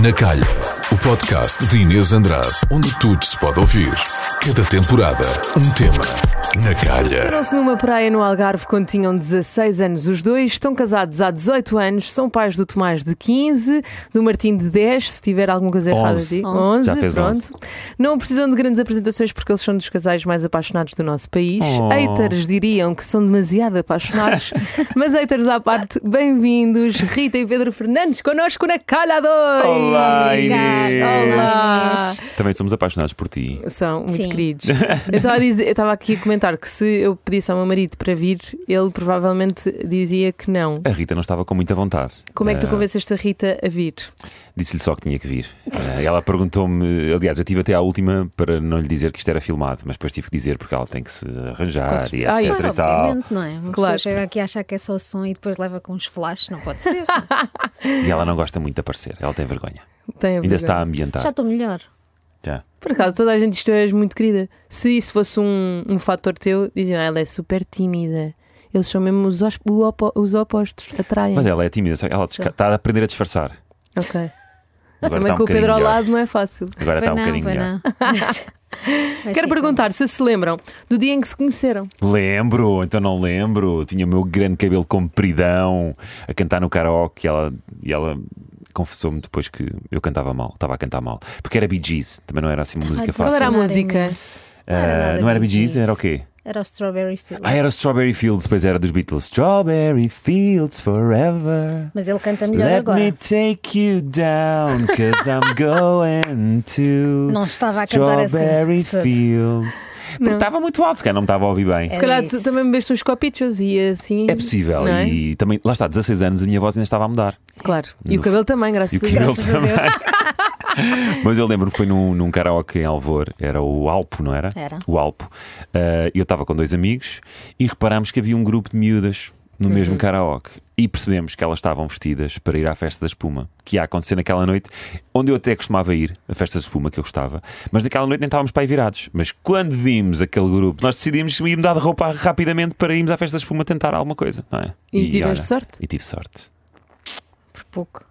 Na Calha, o podcast de Inês Andrade, onde tudo se pode ouvir. Cada temporada, um tema. Na Calha. Conheceram-se numa praia no Algarve quando tinham 16 anos os dois, estão casados há 18 anos, são pais do Tomás de 15, do Martim de 10, se tiver algum coisa errada Onze. digo. Onze. 11, Já fez pronto. onze. Não precisam de grandes apresentações porque eles são dos casais mais apaixonados do nosso país. Oh. Haters diriam que são demasiado apaixonados, mas haters à parte, bem-vindos Rita e Pedro Fernandes, connosco na Calha 2! Olá, Obrigada. Inês. Olá! Também somos apaixonados por ti. São muito Sim. queridos. Eu estava a dizer- eu estava aqui a comentar que se eu pedisse ao meu marido para vir, ele provavelmente dizia que não. A Rita não estava com muita vontade. Como é que tu Ah, convenceste a Rita a vir? Disse-lhe só que tinha que vir. Ah, ela perguntou-me, aliás, eu tive até à última para não lhe dizer que isto era filmado, mas depois tive que dizer porque ela tem que se Com arranjar e certeza. etc. Ah, e isso. Mas, tal. obviamente, não é? Uma Claro. pessoa chega aqui a achar que é só o som e depois leva com uns flashes, não pode ser. Tá. E ela não gosta muito de aparecer, ela tem vergonha. Tem a Ainda vergonha. está a ambientar. Já estou melhor. Já. Por acaso, toda a gente diz que tu és muito querida. Se isso fosse um, um fator teu, diziam, "Ah, ela é super tímida. Eles são mesmo os, os, os opostos, atraem. Mas ela é tímida, só- ela Sim. está a aprender a disfarçar. Ok. Agora Também está um com o Pedro bocadinho ao melhor. lado não é fácil. Agora Vai está um não, bocadinho vai melhor. não. Mas Quero sim, perguntar se se lembram do dia em que se conheceram. Lembro, então não lembro. Tinha o meu grande cabelo compridão a cantar no karaoke e ela, e ela confessou-me depois que eu cantava mal, estava a cantar mal. Porque era Bee Gees, também não era assim uma música Estava a fácil. Qual era a Ah, então Não música? era imenso. Ah, era nada não era Bee Bee Gees, Gees. era o quê? Era o Strawberry Field. Ah, era Strawberry Fields, pois era dos Beatles. Strawberry Fields Forever. Mas ele canta melhor Let agora. me take you down, cause I'm going to. Não estava a cantar assim, Strawberry de todo. Fields. Porque estava muito alto, se calhar não me estava a ouvir bem. Se Era calhar tu isso. também bebeste uns copichos e assim. É possível. não é? E também, lá está, 16 anos, a minha voz ainda estava a mudar. Claro. E o cabelo também, E graças o a cabelo Deus. Graças a Deus. Mas eu lembro que foi num, num karaoke em Alvor, era o Alpo, não era? Era. O Alpo. Ah, eu estava com dois amigos e reparámos que havia um grupo de miúdas no Uhum. mesmo karaoke. E percebemos que elas estavam vestidas para ir à festa da espuma, que ia acontecer naquela noite, onde eu até costumava ir, a festa da espuma que eu gostava, mas naquela noite nem estávamos para aí virados. Mas quando vimos aquele grupo, nós decidimos ir mudar de roupa rapidamente para irmos à festa da espuma tentar alguma coisa, não é? E tiveste sorte? E tive sorte. Por pouco.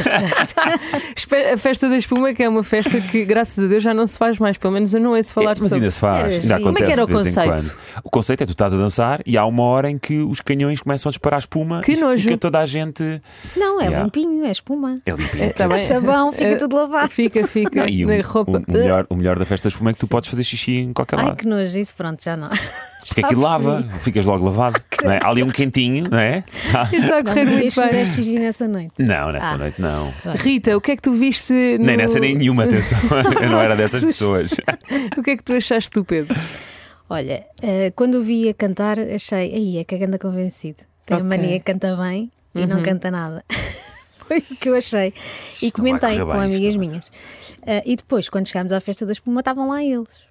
Espe- A festa da espuma, que é uma festa que, graças a Deus, já não se faz mais. Pelo menos eu não ouço falar É, mas sobre. ainda se faz, Era ainda giro. acontece Como é que era de o vez em conceito? quando. O conceito é tu estás a dançar e há uma hora em que os canhões começam a disparar espuma Que e nojo. fica toda a gente. Não, é Yeah. limpinho, é espuma. É limpinho. Tá bem. Sabão, fica tudo lavado. Fica, fica. Não, e o, na roupa. o- o melhor, o melhor da festa de espuma é que tu podes fazer xixi em qualquer Ai lado. que nojo, isso pronto, já não. Porque aquilo Já percebi. lava, ficas logo lavado. não é? Há ali um quentinho, não é? Está a Não correr podias muito fazer bem. xixi nessa noite. Não, nessa Ah. noite não. Rita, o que é que tu viste no... Nem nessa nem nenhuma, atenção. Eu não era dessas susto. pessoas. O que é que tu achaste do Pedro? Olha, eh, quando o vi a cantar, achei, aí é que anda convencido. Tem Ok. a mania que canta bem e não canta nada. Foi o que eu achei. E não vai comentei correr com bem, Uhum. isto amigas não minhas. Eh, e depois, quando chegámos à festa da espuma, estavam lá eles.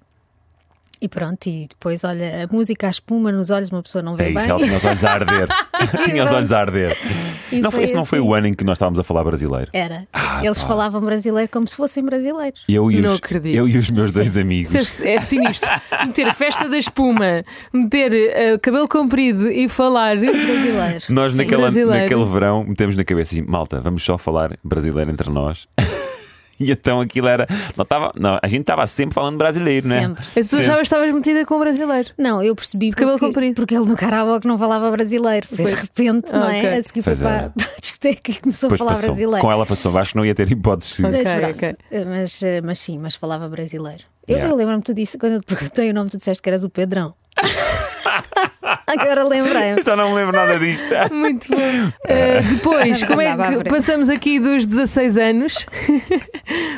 E pronto, e depois, olha, a música, a espuma nos olhos, uma pessoa não vê É isso, ela bem. tinha os olhos a arder. tinha os olhos a arder. E Não, foi- esse não foi assim. o ano em que nós estávamos a falar brasileiro. Era. Ah, eles pá. falavam brasileiro como se fossem brasileiros. Eu e, Não os, acredito. eu e os meus dois amigos. Isso É é sinistro. Meter festa da espuma, meter eh, cabelo comprido e falar. Brasileiros. Nós sim. naquela, Brasileiro. naquele verão metemos na cabeça assim, malta, vamos só falar brasileiro entre nós. e então aquilo era. Não tava, não, a gente estava sempre falando brasileiro, né? Sempre. As pessoas Sim. já estavas metida com um brasileiro. Não, eu percebi porque, cabelo comprido. porque ele no karaoke não falava brasileiro. Foi de repente, Ah, não é? ok. A seguir foi Pois é. para, para a discoteca e começou Depois a falar passou. brasileiro. Com ela passou, acho que não ia ter hipóteses. Ok. Mas, pronto, ok. mas, eh, mas sim, mas falava brasileiro. Eu, Yeah. eu lembro-me que tu disse, quando eu te perguntei o nome, tu disseste que eras o Pedrão. Agora lembrei-me. Eu já não me lembro nada disto. É Muito bom. Eh, depois, como é Andava à que frente. passamos aqui dos 16 anos?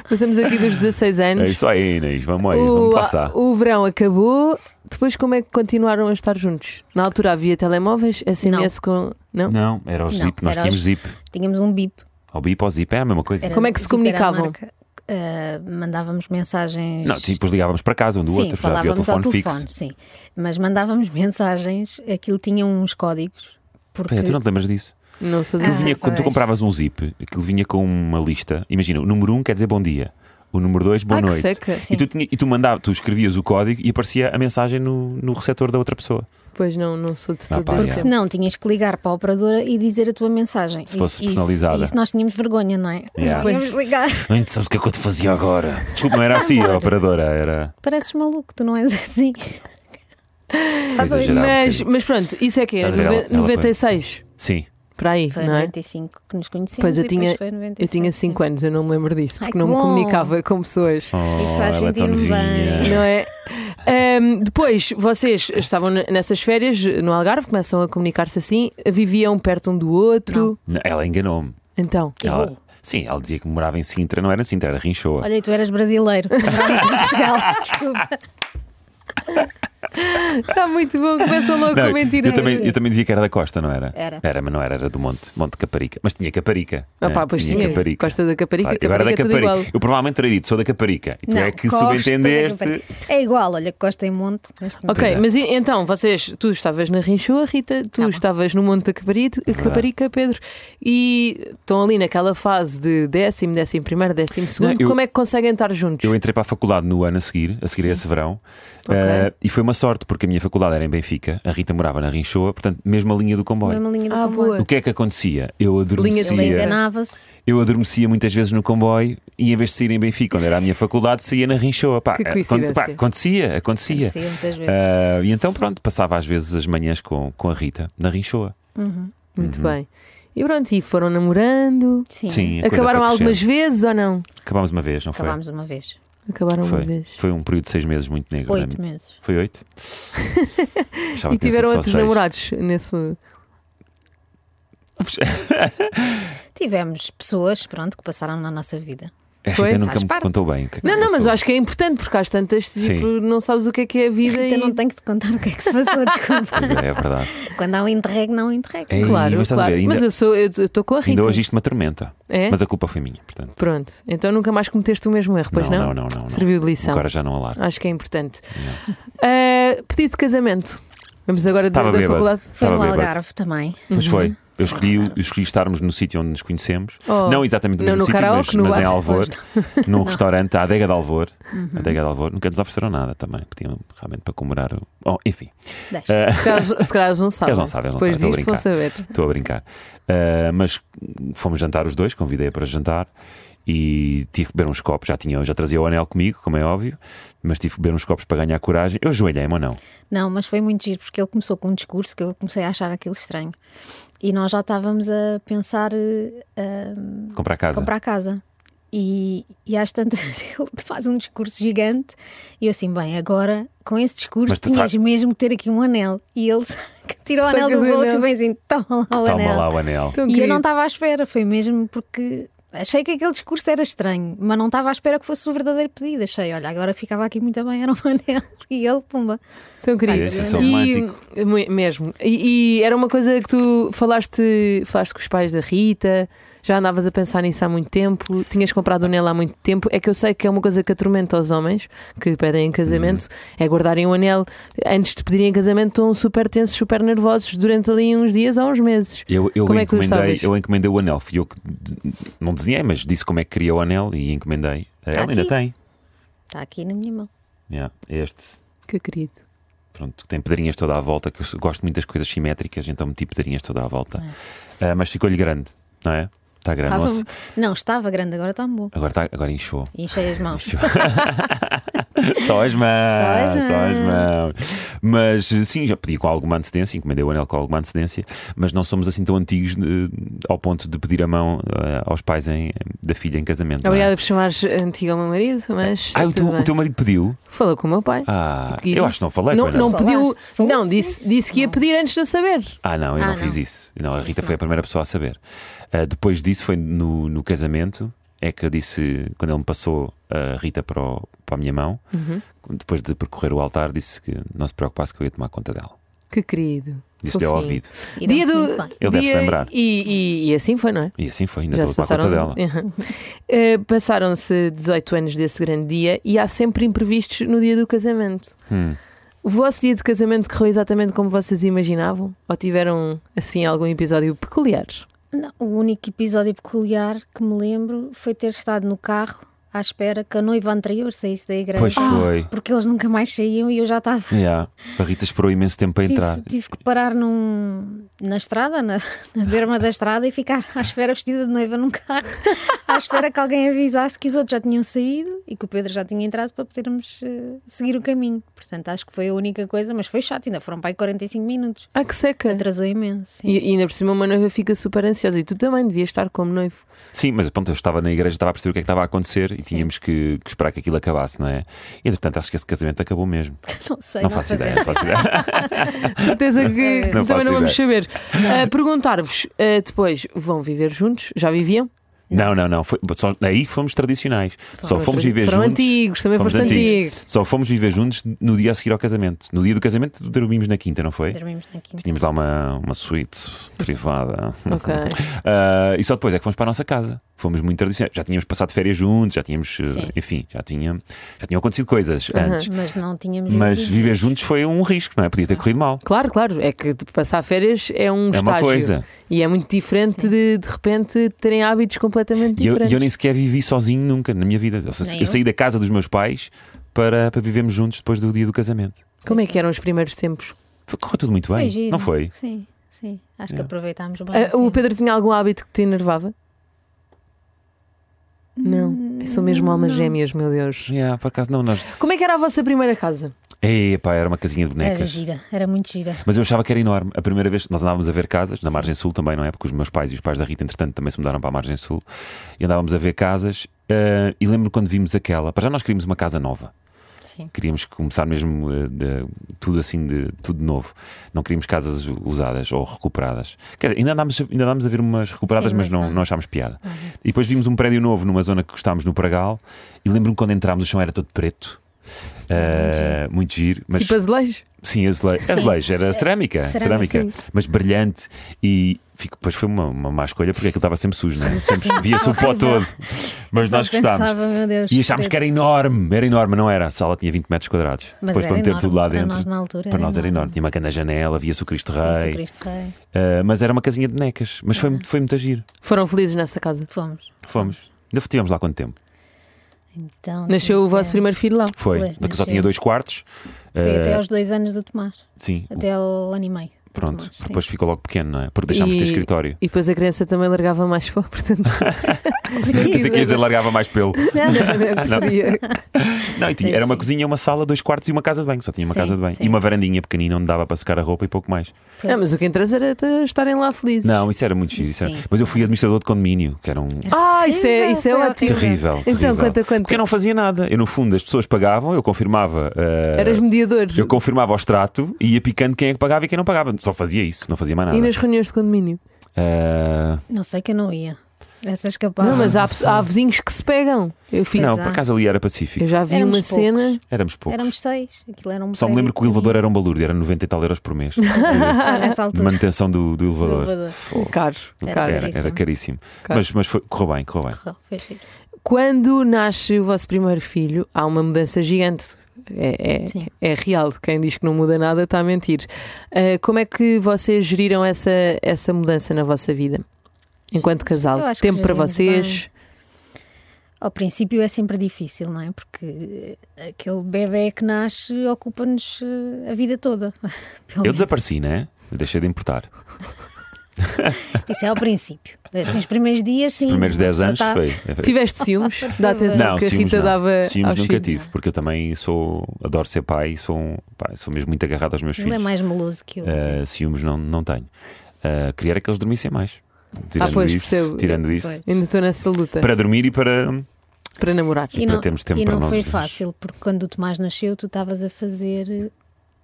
passamos aqui dos 16 É anos. isso aí, Inês, vamos aí, o, vamos passar. o verão acabou. Depois, como é que continuaram a estar juntos? Na altura havia telemóveis, SMS com. Não? Não, era o Não, zip, nós era tínhamos os- zip. Tínhamos um bip. Ao bip ou zip, era a mesma coisa. Era- Como é que se zip era a comunicavam? marca. Eh, mandávamos mensagens. Não, depois ligávamos para casa um do Sim, outro, já havia o falávamos ao telefone, telefone, fixo. sim. Mas mandávamos mensagens, aquilo tinha uns códigos. Porque Pera, tu não te lembras disso? Não sou Ah, Vinha- quando tu pois. compravas um zip, aquilo vinha com uma lista. Imagina, o número 1 um quer dizer bom dia. O número 2, boa Ah, Ai, que noite. seca. E, tu tinha- e tu mandava, tu escrevias o código e aparecia a mensagem no, no receptor da outra pessoa. Pois não, não sou de Ah, todo pá, desse Porque yeah. tempo. senão tinhas que ligar para a operadora e dizer a tua mensagem. Se fosse Isso- isso- personalizada. Isso nós tínhamos vergonha, não é? Yeah. Não íamos ligar. Não sabes o que é que eu te fazia agora? Desculpa, não era assim a operadora, era. Pareces maluco, tu não és assim. Estás a ver? exagerar um Mas, bocadinho. mas pronto, isso é que é Estás a ver, Tá ela- ela põe- 96, Sim. para aí, Foi em não é? 95 que nos conhecemos. Pois, eu e tinha- depois foi em 95. Eu tinha 5 anos, eu não me lembro disso, Ai, porque que não me bom. comunicava com pessoas. Oh, Isso faz ela é tão sentir-me novinha. bem. Não é? Ahm, depois, vocês estavam n- nessas férias no Algarve, começam a comunicar-se assim, viviam perto um do outro. Não, Ela enganou-me. Então, Ela- Sim, ela dizia que morava em Sintra, não era em Sintra, era Rinchoa. Olha, e tu eras brasileiro. Moravas em Portugal. Desculpa. está muito bom, começam logo Não, a mentir. eu, também, eu também dizia que era da Costa, não era? Era. mas não era, era do Monte, Monte de Caparica. Mas tinha Caparica. Ah né? pá, pois tinha. Caparica. Costa da Caparica, Claro, eu era Caparica, da é tudo Caparica. igual. Eu provavelmente teria dito, sou da Caparica. E tu Não, é que Costa da subentendeste. Caparica. É igual, olha, Costa em Monte. neste momento. Ok, é. mas e- então, vocês, tu estavas na Rinchoa, Rita, tu Tava. estavas no Monte da Caparica, Caparica, Pedro, e estão ali naquela fase de décimo, décimo primeiro, décimo segundo, eu- como é que conseguem estar juntos? Eu entrei para a faculdade no ano a seguir, a seguir a esse verão, Ok. eh, e foi uma sorte, porque a minha faculdade era em Benfica, a Rita morava na Rinchoa, portanto, mesma linha do comboio. Mesma linha do Ah, comboio. boa. O que é que acontecia? Eu Linha de adormecia. Ele enganava-se. Eu adormecia muitas vezes no comboio e em vez de sair em Benfica, onde era a minha faculdade, saía na Rinchoa. Pá, Que acon- coincidência. pá, acontecia, acontecia. Sim, muitas vezes. Ah, e então, pronto, passava às vezes as manhãs com, com a Rita, na Rinchoa. Uhum. Muito bem. E pronto, e foram namorando. Sim. Sim, a coisa Acabaram é foi algumas crescendo. vezes ou não? Acabámos uma vez, não Acabámos uma vez. Acabaram foi? uma Foi. vez. Foi um período de seis meses muito negro. não é? Oito meses. Foi oito? Achava E que tinha tiveram sido só outros seis. namorados nesse. Tivemos pessoas, pronto, que passaram na nossa vida. A Rita Foi? É, nunca Faz me parte. contou bem. o que é que Não, se não, mas passou. eu acho que é importante porque às tantas tipo, Sim. não sabes o que é que é a vida Rita, e. não tenho que te contar o que é que se passou, desculpa. Pois é, é verdade. Quando há um interreg, não há um interreg. Ei, Claro, mas estás a claro. ver, ainda- Mas eu sou, eu estou com a Rita. Ainda hoje isto me atormenta. É? Mas a culpa foi minha, portanto. Pronto. Então nunca mais cometeste o mesmo erro, pois não? não, não, não, não. Serviu de lição. Agora já não alarga. Acho que é importante. Ah, pedido de casamento. Vamos agora da, Estava da bêbado. faculdade. Foi Estava no bêbado. Algarve também. Pois foi. Eu escolhi, eu escolhi estarmos no sítio onde nos conhecemos. uhum. Oh. Não exatamente no Não mesmo no sítio, karaoke, no mas, mas bar. em Alvor, num restaurante, a Adega de Alvor. Uhum. A Adega de Alvor. Nunca nos ofereceram nada também. Podiam realmente para comemorar. o- Oh, enfim, Deixa. Se calhar, se calhar eles não sabem. Eles não sabem, eles não Depois sabem, disto estou vão a saber. estou a brincar. Ah, mas fomos jantar os dois, convidei-a para jantar e tive que beber uns copos. Já, tinha, já trazia o anel comigo, como é óbvio, mas tive que beber uns copos para ganhar coragem. Eu ajoelhei-me ou não? Não, mas foi muito giro porque ele começou com um discurso que eu comecei a achar aquilo estranho. E nós já estávamos a pensar eh, a Comprar casa. comprar casa. E, e às tantas ele faz um discurso gigante e eu assim, bem, agora com esse discurso Mas tu tinhas fa- mesmo que ter aqui um anel. E ele tirou o Saca anel do do bolso anel. e bem assim, toma lá o Toma anel. lá o anel. Tão E eu Então, querido. não estava à espera, foi mesmo porque achei que aquele discurso era estranho, mas não estava à espera que fosse o verdadeiro pedido. Achei, olha, agora ficava aqui muito bem, era um anel. E ele, pumba. Tão querido. Ai, isso é e, mu- mesmo. E, e era uma coisa que tu falaste, falaste com os pais da Rita, já andavas a pensar nisso há muito tempo, tinhas comprado o anel há muito tempo. É que eu sei que é uma coisa que atormenta os homens que pedem em casamento, Uhum. é guardarem o anel. Antes de pedirem em casamento, estão super tensos, super nervosos durante ali uns dias ou uns meses. Eu, eu, Como é que tu encomendei, sabes? eu encomendei o anel. Fui eu que não desenhei, mas disse como é que queria o anel e encomendei. Ah, Ela aqui. ainda tem. Está aqui na minha mão. Yeah, é este. Que querido. Pronto, tem pedrinhas toda à volta, que eu gosto muito das coisas simétricas, então meti pedrinhas toda à volta. É. Ah, mas ficou-lhe grande, não é? Está grande. Estava- não se- Não, estava grande, agora está bom. Agora, tá, agora inchou. E enchei as mãos. Só as mãos. Só as mãos. Mas sim, já pedi com alguma antecedência, encomendei o anel com alguma antecedência, mas não somos assim tão antigos eh, ao ponto de pedir a mão eh, aos pais em- da filha em casamento. não é? Obrigada por chamares antigo ao meu marido, mas. Ah, o tudo teu, bem. o teu marido pediu? Falou com o meu pai. Ah, E eu disse- acho que não falei. Não, pois não. não pediu. Falaste? Falaste? Não, disse, disse que ia pedir antes de eu saber. Ah, não, eu Ah, não, não. fiz isso. Não, a Rita foi a primeira pessoa a saber. Ah, depois disso foi no, no casamento, é que eu disse, quando ele me passou a Rita para, o- para a minha mão, depois de percorrer o altar, disse que não se preocupasse que eu ia tomar conta dela. Que querido. Disse-lhe ao Fofinho. ouvido. E Dia dá-se do. muito bem. Ele deve-se dia- lembrar. E, e- e assim foi, não é? E assim foi, ainda estou a tomar conta dela. Uhum. Eh, Passaram-se 18 anos desse grande dia e há sempre imprevistos no dia do casamento. Hum. O vosso dia de casamento correu exatamente como vocês imaginavam? Ou tiveram, assim, algum episódio peculiar? Não, o único episódio peculiar que me lembro foi ter estado no carro. à à espera que a noiva anterior saísse da igreja. Pois foi. Porque eles nunca mais saíam e eu já estava. Yeah. A Rita esperou imenso tempo para entrar. Tive, tive que parar num, na estrada, na, na berma da estrada e ficar à espera vestida de noiva num carro, à espera que alguém avisasse que os outros já tinham saído e que o Pedro já tinha entrado para podermos eh, seguir o caminho. Portanto, acho que foi a única coisa, mas foi chato, ainda foram para aí 45 minutos. Ah, que seca. Atrasou imenso. Sim. E, e ainda por cima uma noiva fica super ansiosa e tu também devias estar como noivo. Sim, mas pronto, eu estava na igreja, estava a perceber o que é que estava a acontecer e tínhamos que, que esperar que aquilo acabasse, não é? E, entretanto, acho que esse casamento acabou mesmo. Não sei, não faço ideia, não faço ideia. Certeza que, que Não também faço não vamos saber. Ah, Perguntar-vos ah, depois, vão viver juntos? Já viviam? Não, não, não. Foi, só, aí fomos tradicionais. só fomos tra- viver foram juntos. antigos, também fomos foste antigos. antigo. Só fomos viver juntos no dia a seguir ao casamento. No dia do casamento dormimos na quinta, não foi? Dormimos na quinta. Tínhamos lá uma, uma suíte privada. Ok. Ah, e só depois é que fomos para a nossa casa. Fomos muito tradicionais. Já tínhamos passado férias juntos, já tínhamos, eh, Sim. enfim, já, tinha, já tinham acontecido coisas antes. Mas não tínhamos Mas vivido. viver juntos foi um risco, não é? Podia ter corrido mal. Claro, claro. É que de passar férias é um É estágio. uma coisa. E é muito diferente de de repente terem hábitos completamente E eu, diferentes. e eu nem sequer vivi sozinho nunca na minha vida. Eu, sa- Nem eu eu. saí da casa dos meus pais para, para vivermos juntos depois do dia do casamento. Como é que eram os primeiros tempos? Foi- Correu tudo muito Foi bem, giro. não foi? É. Sim, sim. Acho que Yeah. aproveitámos bem. Ah, o tempo. Pedro tinha algum hábito que te enervava? Não, são mesmo almas gêmeas, meu Deus. Yeah, por acaso não, nós. Como é que era a vossa primeira casa? Ei, pá, era uma casinha de Era bonecas. gira, era muito gira. Mas eu achava que era enorme. A primeira vez nós andávamos a ver casas, na Margem Sul também, não é? Porque os meus pais e os pais da Rita, entretanto, também se mudaram para a Margem Sul. E andávamos a ver casas. eh, e lembro quando vimos aquela. Para já nós queríamos uma casa nova. Sim. Queríamos começar mesmo eh, de- tudo assim, de tudo novo. Não queríamos casas u- usadas ou recuperadas. Quer dizer, ainda andámos, ainda andámos a ver umas recuperadas, Sim, mas, mas não, não. não achámos piada. E depois vimos um prédio novo numa zona que gostámos no Pragal. E lembro-me quando entrámos, o chão era todo preto. Eh, muito giro, mas Tipo azulejos? Sim, azule... azulejo, era cerâmica, cerâmica, É, cerâmica, mas brilhante. E fico- depois foi uma, uma má escolha porque aquilo estava sempre sujo, não é? Sempre via-se o pó todo. Mas Só nós gostávamos. pensava, meu Deus, E achámos que era enorme, era enorme, não era? A sala tinha 20 metros quadrados. Mas depois era para meter enorme, tudo lá para dentro. nós na altura para era nós era enorme. enorme. Tinha uma grande janela, via-se o Cristo Rei. Jesus Cristo Rei. Ah, mas era uma casinha de bonecas. Mas foi, foi muito a giro. Foram felizes nessa casa. Fomos. Fomos. Ainda estivemos lá quanto tempo? Então, Nasceu o vosso tivemos- primeiro filho lá. Foi. Pois, Porque só nasceu. tinha dois quartos. é, Foi Ah, até aos dois anos do Tomás. Sim. Até ao ano e meio. do Pronto. Tomás, sim. depois ficou logo pequeno, não é? Porque deixámos de ter E- escritório. E depois a criança também largava mais pó, portanto. Pensei que a largava mais pelo. Ah, Não seria. Não, e tinha- Sim, era uma sim. cozinha, uma sala, dois quartos e uma casa de banho. Só tinha uma Sim, casa de banho. sim. E uma varandinha pequenina onde dava para secar a roupa e pouco mais. Pois. Ah, mas o que interessa era t- estarem lá felizes. Não, isso era muito giro. isso era- Sim. Então, Mas eu fui administrador de condomínio, que era um. Ah, isso é, isso é Terrível, ótimo. Terrível. Então, terrível. conta, conta. Porque eu não fazia nada. Eu, no fundo, as pessoas pagavam, eu confirmava. eh, Eras mediador. Eu confirmava o extrato e ia picando quem é que pagava e quem não pagava. Só fazia isso, não fazia mais nada. E nas reuniões de condomínio. Eh, Não sei que eu não ia. Essas capazes. não, mas há, pe- há vizinhos que se pegam. Eu fiz. não, há. por acaso ali era Eu pacífico. já vi Éramos uma poucos. cena. Éramos poucos. Éramos seis. Aquilo era um Só me prédio lembro que o pequenino. elevador era um balúrdio, era 90 e tal euros por mês. de Já nessa de altura. manutenção do, do elevador. elevador. Fogo. Caro, Era caro. Era, era Caríssimo. caríssimo. Caro. Mas, mas foi, correu bem, correu bem. Correu, fez fixe. Quando nasce o vosso primeiro filho, há uma mudança gigante. É, é- Sim. é real. Quem diz que não muda nada está a mentir. Ah, como é que vocês geriram essa, essa mudança na vossa vida? Enquanto casal? Eu acho que Tempo para gerimos vocês? Ao princípio é sempre difícil, não é? Porque eh, aquele bebê que nasce ocupa-nos eh, a vida toda. Pelo Eu menos. desapareci, né? Deixei de importar. Isso é ao princípio. Assim, os primeiros dias, sim. Os primeiros 10 já anos tá- foi. eh, foi- Tiveste ciúmes? Dá atenção Não, que a ciúmes Rita não. dava. Ciúmes aos nunca filhos. tive, um porque eu também sou, adoro ser pai e sou, um- pá, sou mesmo muito agarrado aos meus Ele é filhos. mais meloso que eu. até. Ah, ciúmes não, não tenho. Ah, queria era que eles dormissem mais. Ah, Tirando pois, isso, percebo. tirando isso Pois. Ainda estou nessa luta para, para dormir e para, namorar. e para termos tempo e para não nós. foi dois. fácil, porque quando o Tomás nasceu, tu estavas a fazer. eh,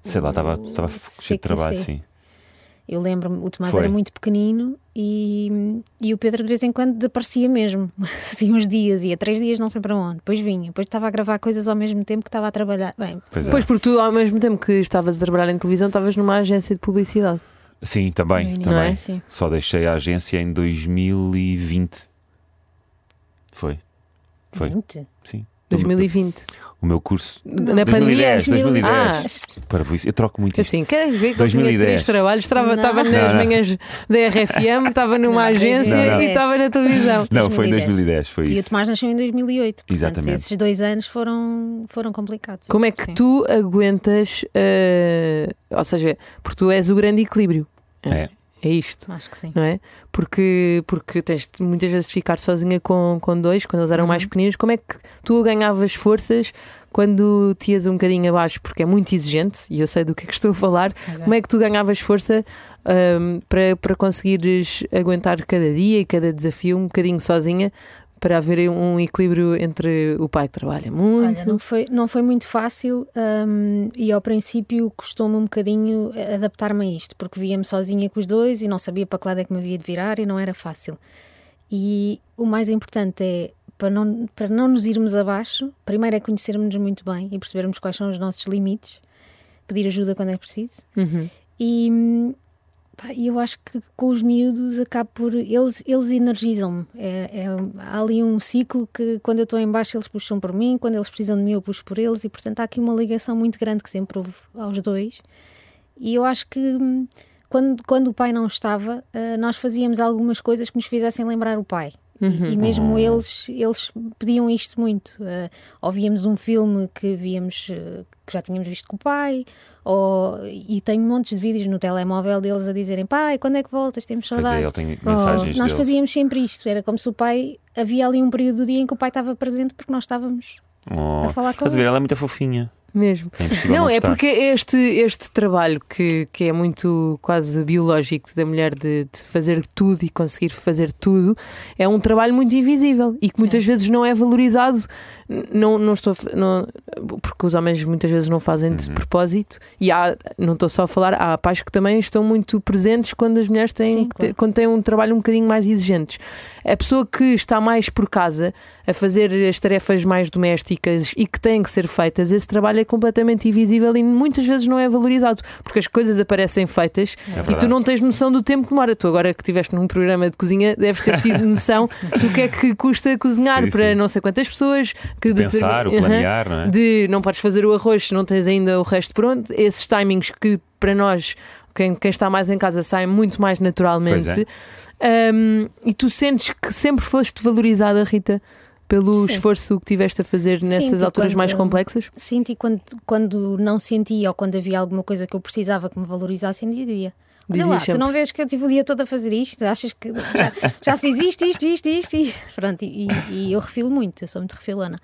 Sei lá, estava, estava cheio de trabalho, CQC. sim. Eu lembro-me, o Tomás Foi. era muito pequenino e, e o Pedro de vez em quando desaparecia mesmo. Assim, uns dias, ia três dias, não sei para onde. Depois vinha, depois estava a gravar coisas ao mesmo tempo que estava a trabalhar. Bem, Pois é. Pois, porque tu, ao mesmo tempo que estavas a trabalhar em televisão, estavas numa agência de publicidade. Sim, também, No início, também. não é? Sim. Só deixei a agência em 2020. Foi, Foi. muito. sim. 2020. O meu curso. Na pandemia. 2010, 2010. Ah. Para isso, eu troco muito isso. Assim, queres ver que eu tinha 2010. três trabalhos? Estava, Não. estava nas Não, não. manhãs da RFM, estava numa Não, agência 2010. e estava na televisão. Não, foi em 2010, 2010, foi Ah, E o isso. Tomás nasceu em 2008. Portanto, Exatamente. esses dois anos foram, foram complicados. Como é que Sim. tu aguentas, eh, ou seja, porque tu és o grande equilíbrio, É. é isto, Acho que sim. não é? Porque, porque tens de muitas vezes ficar sozinha com, com dois, quando eles eram Uhum. mais pequeninos, como é que tu ganhavas forças quando te ias um bocadinho abaixo, porque é muito exigente, e eu sei do que é que estou a falar, como é que tu ganhavas força ahm, para, para conseguires aguentar cada dia e cada desafio um bocadinho sozinha? Para haver um equilíbrio entre o pai que trabalha muito. Olha, não foi, não foi muito fácil hum, e ao princípio custou-me um bocadinho adaptar-me a isto, porque via-me sozinha com os dois e não sabia para que lado é que me havia de virar e não era fácil. E o mais importante é, para não, para não nos irmos abaixo, primeiro é conhecermos-nos muito bem e percebermos quais são os nossos limites, pedir ajuda quando é preciso. E hum, pá, eu acho que com os miúdos acabo por. Eles, eles energizam-me. É, é, há ali um ciclo que quando eu estou em baixo eles puxam por mim, quando eles precisam de mim eu puxo por eles, e portanto há aqui uma ligação muito grande que sempre houve aos dois. E eu acho que hum, quando, quando o pai não estava, ah, nós fazíamos algumas coisas que nos fizessem lembrar o pai. E- E Uhum. mesmo eles, eles pediam isto muito. Ah, ou víamos um filme que víamos ah, que já tínhamos visto com o pai, ou, e tenho montes de vídeos no telemóvel deles a dizerem: pai, quando é que voltas? Temos Pois é, saudades. ele tem mensagens Oh, Nós dele. fazíamos sempre isto, era como se o pai. Havia ali um período do dia em que o pai estava presente porque nós estávamos. Oh, a falar com estás a ver, ele. ela é muito fofinha. Mesmo. É impossível não, não é gostar. porque este, este trabalho que, que é muito quase biológico da mulher de, de fazer tudo e conseguir fazer tudo é um trabalho muito invisível e que muitas vezes não é valorizado. N- Não, não estou a f- não, porque os homens muitas vezes não fazem Uhum. de propósito e há, não estou só a falar, há pais que também estão muito presentes quando as mulheres têm, Sim, claro. quando têm um trabalho um bocadinho mais exigentes. A pessoa que está mais por casa a fazer as tarefas mais domésticas e que têm que ser feitas, esse trabalho é completamente invisível e muitas vezes não é valorizado, porque as coisas aparecem feitas e tu É verdade. não tens noção do tempo que demora. Tu agora que estiveste num programa de cozinha, deves ter tido noção do que é que custa cozinhar Sim, para sim. não sei quantas pessoas, que de- Pensar, o Aham. planear, não é? De não podes fazer o arroz se não tens ainda o resto pronto, esses timings que para nós. Quem, quem está mais em casa sai muito mais naturalmente. Pois é. Um, e tu sentes que sempre foste valorizada, Rita, pelo Sim. esforço que tiveste a fazer Sim, nessas porque alturas mais quando- complexas? Senti quando, quando não sentia ou quando havia alguma coisa que eu precisava que me valorizassem dia a dia. Olha Dizias lá, sempre. tu não vês que eu tive o dia todo a fazer isto? Achas que já, já fiz isto, isto, isto, isto, isto? Pronto, e, e- e eu refilo muito, eu sou muito refilona.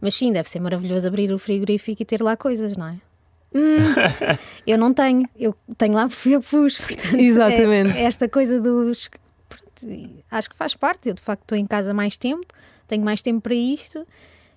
Mas sim, deve ser maravilhoso abrir o frigorífico e ter lá coisas, não é? Hum. Eu não tenho, eu tenho lá porque eu pus. Portanto, é- Exatamente. esta coisa dos. pronto, acho que faz parte. Eu de facto estou em casa mais tempo, tenho mais tempo para isto.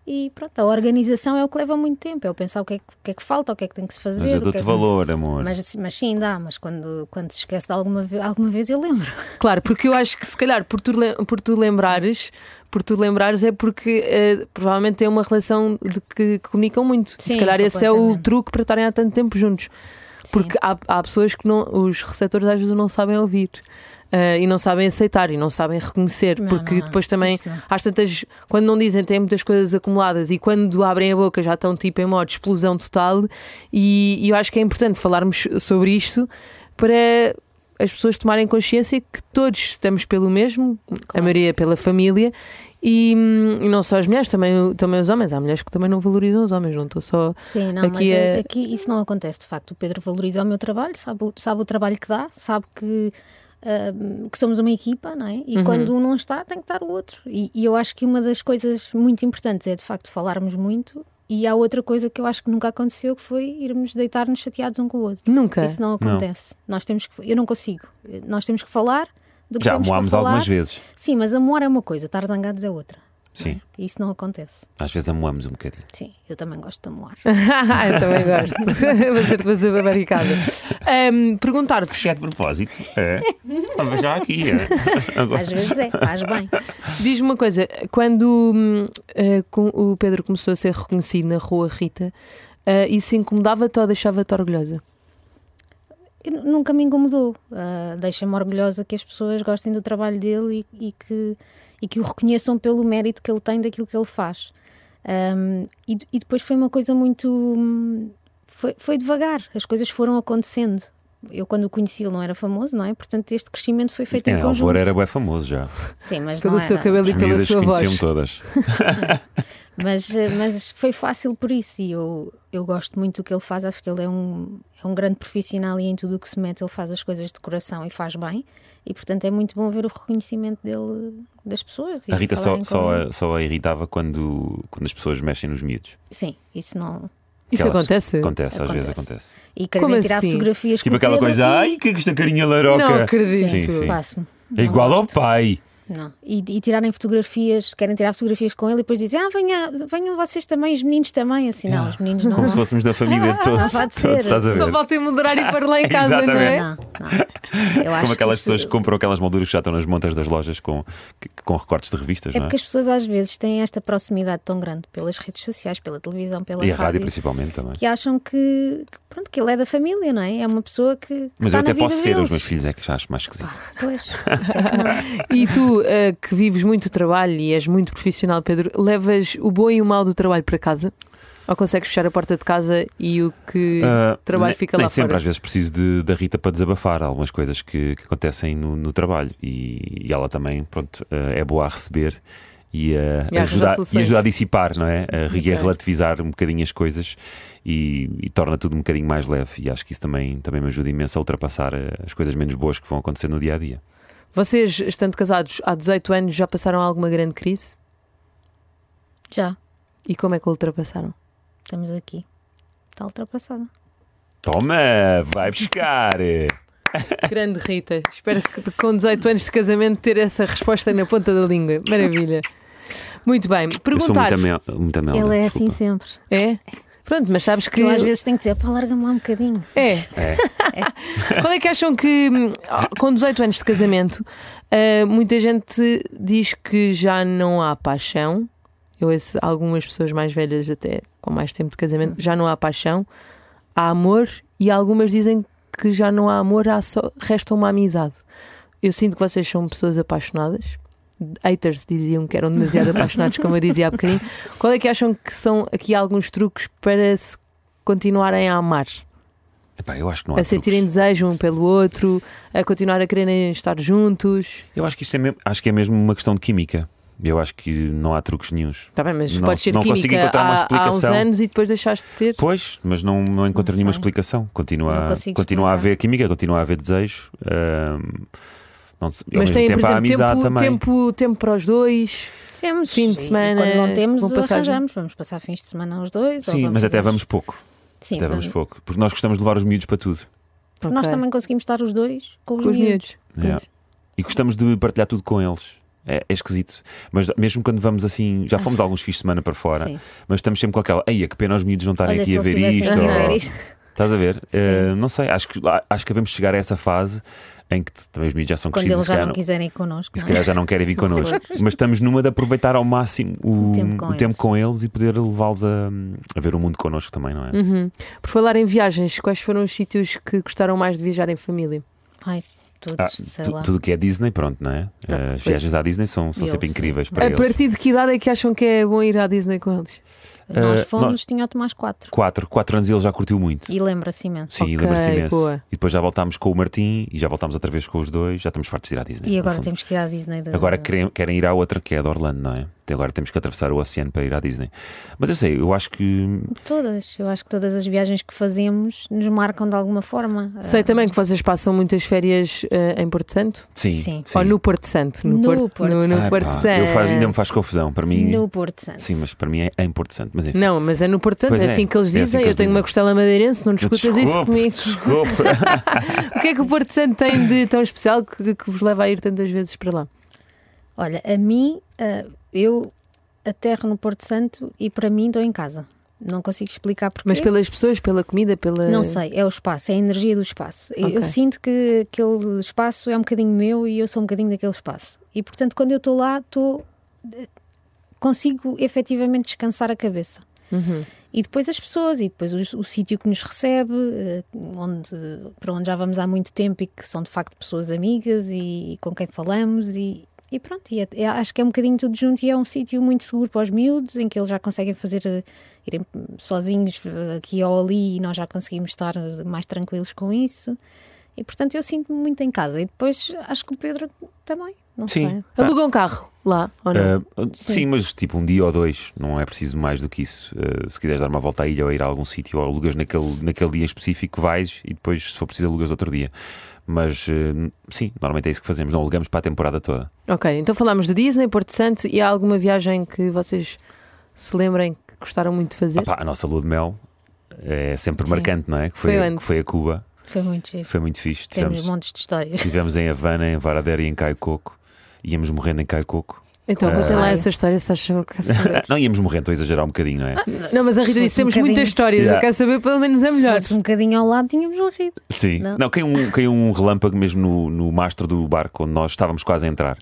E pronto, a organização é o que leva muito tempo. É o pensar o que é que, o que, é que falta, o que é que tem que se fazer. Mas eu o que é dou-te que- valor, amor. Mas, mas sim, dá, mas quando, quando se esquece de alguma vez, alguma vez eu lembro. Claro, porque eu acho que se calhar por tu, lem- por tu lembrares, por tu lembrares é porque eh, provavelmente têm uma relação de que, que comunicam muito. se Sim, calhar esse é o completamente. truque para estarem há tanto tempo juntos. Porque há, há pessoas que não, os receptores às vezes não sabem ouvir. eh, e não sabem aceitar e não sabem reconhecer, Não, porque não, não. depois também Isso não. às tantas, quando não dizem têm muitas coisas acumuladas e quando abrem a boca já estão tipo em modo explosão total. E, e eu acho que é importante falarmos sobre isto para as pessoas tomarem consciência que todos estamos pelo mesmo, a maioria pela família. E, hum, e não só as mulheres, também, o- também os homens. Há mulheres que também não valorizam os homens, não estou só. Sim, não, Aqui mas é- aqui isso não acontece, de facto. O Pedro valoriza o meu trabalho, sabe, o- sabe o trabalho que dá, sabe que, ah, que somos uma equipa, não é? Uhum. E quando um não está, tem que estar o outro. E, e eu acho que uma das coisas muito importantes é, de facto, falarmos muito. E há outra coisa que eu acho que nunca aconteceu, que foi irmos deitar-nos chateados um com o outro. Nunca. Isso não acontece. Nós temos que, eu não consigo. Nós temos que falar do que Já temos para moámos falar. algumas vezes. Sim, mas amor é uma coisa, estar zangados é outra. Sim, Isso não acontece. às vezes amoamos um bocadinho. Sim, eu também gosto de amoar. Ah, eu também gosto. Vou ser depois a barricada. Hum, Perguntar-vos. É de propósito. É. Mas já aqui, é. Agora- Às vezes é, faz bem. Diz-me uma coisa, quando hum, eh, com- o Pedro começou a ser reconhecido na rua Rita, eh, isso incomodava-te ou deixava-te orgulhosa? Eu nu- nunca me incomodou. Ah, Deixa-me orgulhosa que as pessoas gostem do trabalho dele e, e que, e que o reconheçam pelo mérito que ele tem daquilo que ele faz. Um, e, de- e depois foi uma coisa muito. hum, Foi, foi devagar, as coisas foram acontecendo. Eu, quando o conheci, ele não era famoso, não é? Portanto, este crescimento foi feito É, em conjunto. Alvor era bem famoso já. Sim, mas Pelo não seu era. cabelo e As pela miúdas sua conheciam voz. todas. Mas, eh, mas foi fácil por isso e eu, eu gosto muito do que ele faz. Acho que ele é um, é um grande profissional e em tudo o que se mete ele faz as coisas de coração e faz bem. E portanto é muito bom ver o reconhecimento dele das pessoas. e A Rita só, falarem com só, ele. a, só a irritava quando, quando as pessoas mexem nos miúdos. Sim, isso não. Isso Aquelas- acontece? Acontece, às vezes Acontece. acontece. E Como querem tirar assim? fotografias Tipo com aquela o Pedro coisa, e- ai, que é que esta carinha laroca. Não acredito. Sim, sim. Passo-me. É Não igual ao gosto. pai. Não. E, e tirarem fotografias, querem tirar fotografias com ele e depois dizem: Ah, venha, venham vocês também, os meninos também. Assim, não, os meninos não. Como se fôssemos da família de todos. Ah, pode todos, ser. estás a Só ver? falta em moderar e pôr lá em casa, não Exatamente. é? Não, não. Eu acho Como aquelas que pessoas isso- que compram aquelas molduras que já estão nas montas das lojas com, que- com recortes de revistas, É não é? porque as pessoas às vezes têm esta proximidade tão grande pelas redes sociais, pela televisão, pela E a rádio, rádio principalmente também. que acham que, que, pronto, que ele é da família, não é? É uma pessoa que. que Mas está eu até na vida posso ser, os deles. meus filhos é que já acho mais esquisito. Pá, Pois, isso é que não. E tu, eh, que vives muito o trabalho e és muito profissional, Pedro, levas o bom e o mau do trabalho para casa? Ou consegues fechar a porta de casa e o que Ah, trabalho nem- fica nem lá sempre, fora? às vezes preciso de- da Rita para desabafar algumas coisas que, que acontecem no, no trabalho e, e ela também pronto, eh, é boa a receber e E a, a arranjar ajudar, e soluções. ajudar a dissipar, não é? A, re- e a Ok. relativizar um bocadinho as coisas e, e torna tudo um bocadinho mais leve. E acho que isso também, também me ajuda imenso a ultrapassar eh, as coisas menos boas que vão acontecer no dia a dia. Vocês, estando casados há 18 anos, já passaram alguma grande crise? Já, E como é que a ultrapassaram? estamos aqui. Está ultrapassada. Toma, vai buscar! Grande Rita, espero que de- com 18 anos de casamento ter essa resposta na ponta da língua. Maravilha. Muito bem, Eu sou perguntar. muito amel, muito amel, ele é desculpa. assim sempre. É? Pronto, mas sabes que. Que eu às vezes tenho que dizer: pá, larga-me lá um bocadinho. É. É. Qual é que acham que, hum, com 18 anos de casamento, ah, muita gente diz que já não há paixão? Eu ouço algumas pessoas mais velhas, até com mais tempo de casamento, já não há paixão, há amor, e algumas dizem que já não há amor, há só, resta uma amizade. Eu sinto que vocês são pessoas apaixonadas. Haters diziam que eram demasiado apaixonados, como eu dizia há bocadinho. Qual é que acham que são aqui alguns truques para se continuarem a amar? Epá, eu acho que não há a sentirem desejo um pelo outro, a continuar a quererem estar juntos. Eu acho que isto é mesmo, acho que é mesmo uma questão de química. Eu acho que não há truques nenhuns. Está Tá bem, mas Não- pode ser não consigo química encontrar uma há, há uns explicação. anos e depois deixaste de ter. Pois, mas não, não encontro Não nenhuma sei. explicação. Não Continua, consigo continua a explicar. haver química, continua a haver desejo. ahm, não sei, ao mas mesmo têm, por tempo há exemplo, amizade tempo, também. tempo, tempo para os dois. Temos. Fim de E semana, Quando não temos, vão passar arranjamos. Vamos passar fins de semana aos dois. ou Sim, mas até fazer- vamos pouco. Sim, até vamos vamos- pouco. Porque nós gostamos de levar os miúdos para tudo. porque Nós Ok. também conseguimos estar os dois com os, com os miúdos. miúdos. Yeah. Pois. É. E gostamos de partilhar tudo com eles. É, é esquisito. Mas mesmo quando vamos assim, já fomos alguns fins de semana para fora, Sim. mas estamos sempre com aquela, ei, é que pena os miúdos não estarem Olha, aqui se a eles ver tivessem isto. aqui ou- a ver isto. Estás a ver? Eh, não sei, acho que, acho que devemos chegar a essa fase em que t- também os miúdos já são Quando crescidos eles e se já calhar não não- quiserem ir connosco. e se não é? calhar já não querem vir connosco. Mas estamos numa de aproveitar ao máximo o, O tempo com o tempo eles. com eles e poder levá-los a, a ver o mundo connosco também, não é? Uhum. Por falar em viagens, quais foram os sítios que gostaram mais de viajar em família? Ai, tudo, Ah, sei tu- lá. Tá, tudo o que é Disney, pronto, não é? Ah, As pois. viagens à Disney são, são Eles, sempre sim. incríveis para a eles. partir de que idade é que acham que é bom ir à Disney com eles? eh, Nós fomos, nós- tinha o Tomás 4. Quatro, quatro anos e ele já curtiu muito. E lembra-se imenso. Sim, Ok, lembra-se imenso. boa. E depois já voltámos com o Martim e já voltámos outra vez com os dois. Já estamos fartos de ir à Disney. E no agora fundo. temos que ir à Disney. De... Ah. Agora querem, querem ir à outra que é a de Orlando, não é? Até agora temos que atravessar o oceano para ir à Disney. Mas eu sei, eu acho que. Todas. Eu acho que todas as viagens que fazemos nos marcam de alguma forma. Ah, Sei também que vocês passam muitas férias eh, em Porto Santo. Sim. Sim. Ou no Porto Santo? No Porto, Porto no, no Santo. Ah, Porto pá, Santo. eu faz- ainda me faz confusão. Para mim. No Porto Santo. Sim, mas para mim é, é importante. Mas enfim. Não, mas é no Porto Santo, Pois é, é, assim que eles é assim dizem. que eu eles tenho uma dizem. costela madeirense, não discutas isso Desculpe, comigo. Desculpa. O que é que o Porto Santo tem de tão especial que, que vos leva a ir tantas vezes para lá? Olha, a mim, ah, eu aterro no Porto Santo e para mim estou em casa. Não consigo explicar porque. Mas pelas pessoas, pela comida, pela. Não sei, é o espaço, é a energia do espaço. Eu- Ok. Eu sinto que aquele espaço é um bocadinho meu e eu sou um bocadinho daquele espaço. E portanto, quando eu estou lá, estou. eh, consigo efetivamente descansar a cabeça. E depois as pessoas, e depois o, o sítio que nos recebe, eh, onde, para onde já vamos há muito tempo e que são de facto pessoas amigas e, com quem falamos, e, E pronto, e é- é- acho que é um bocadinho tudo junto e é um sítio muito seguro para os miúdos, em que eles já conseguem fazer, eh, irem sozinhos eh, aqui ou ali e nós já conseguimos estar eh, mais tranquilos com isso. E portanto eu sinto-me muito em casa. E depois acho que o Pedro também, não Sim. sei. Pá, Aluga um carro lá, ou não? ah, sim. mas tipo um dia ou dois, não é preciso mais do que isso. Ah, se quiseres dar uma volta à ilha ou ir a algum sítio, ou alugas naquele, naquele dia em específico, vais e depois, se for preciso, alugas outro dia. Mas ah, sim, normalmente é isso que fazemos, não alugamos para a temporada toda. Ok, então falámos de Disney, Porto Santo e há alguma viagem que vocês se lembrem que gostaram muito de fazer? Ah pá, a nossa lua de mel é sempre Sim. marcante, não é? Que Foi foi, onde? que foi a Cuba, Foi muito giro. foi muito fixe. Temos Tivemos, montes de histórias. tivemos em Havana, em Varadero e em Caio Coco. Íamos morrendo em Caio Coco. então Ah. contem lá essa história, se acham que quer saber. Não íamos morrendo, estou a exagerar um bocadinho, não é? Não, mas a Rita disse: Se fosse um temos bocadinho- muitas histórias, Yeah. eu quero saber pelo menos É a Se melhor. fosse um bocadinho ao lado, tínhamos morrido. Sim. Não, Não? caiu, um, caiu um relâmpago mesmo no, no mastro do barco onde nós estávamos quase a entrar.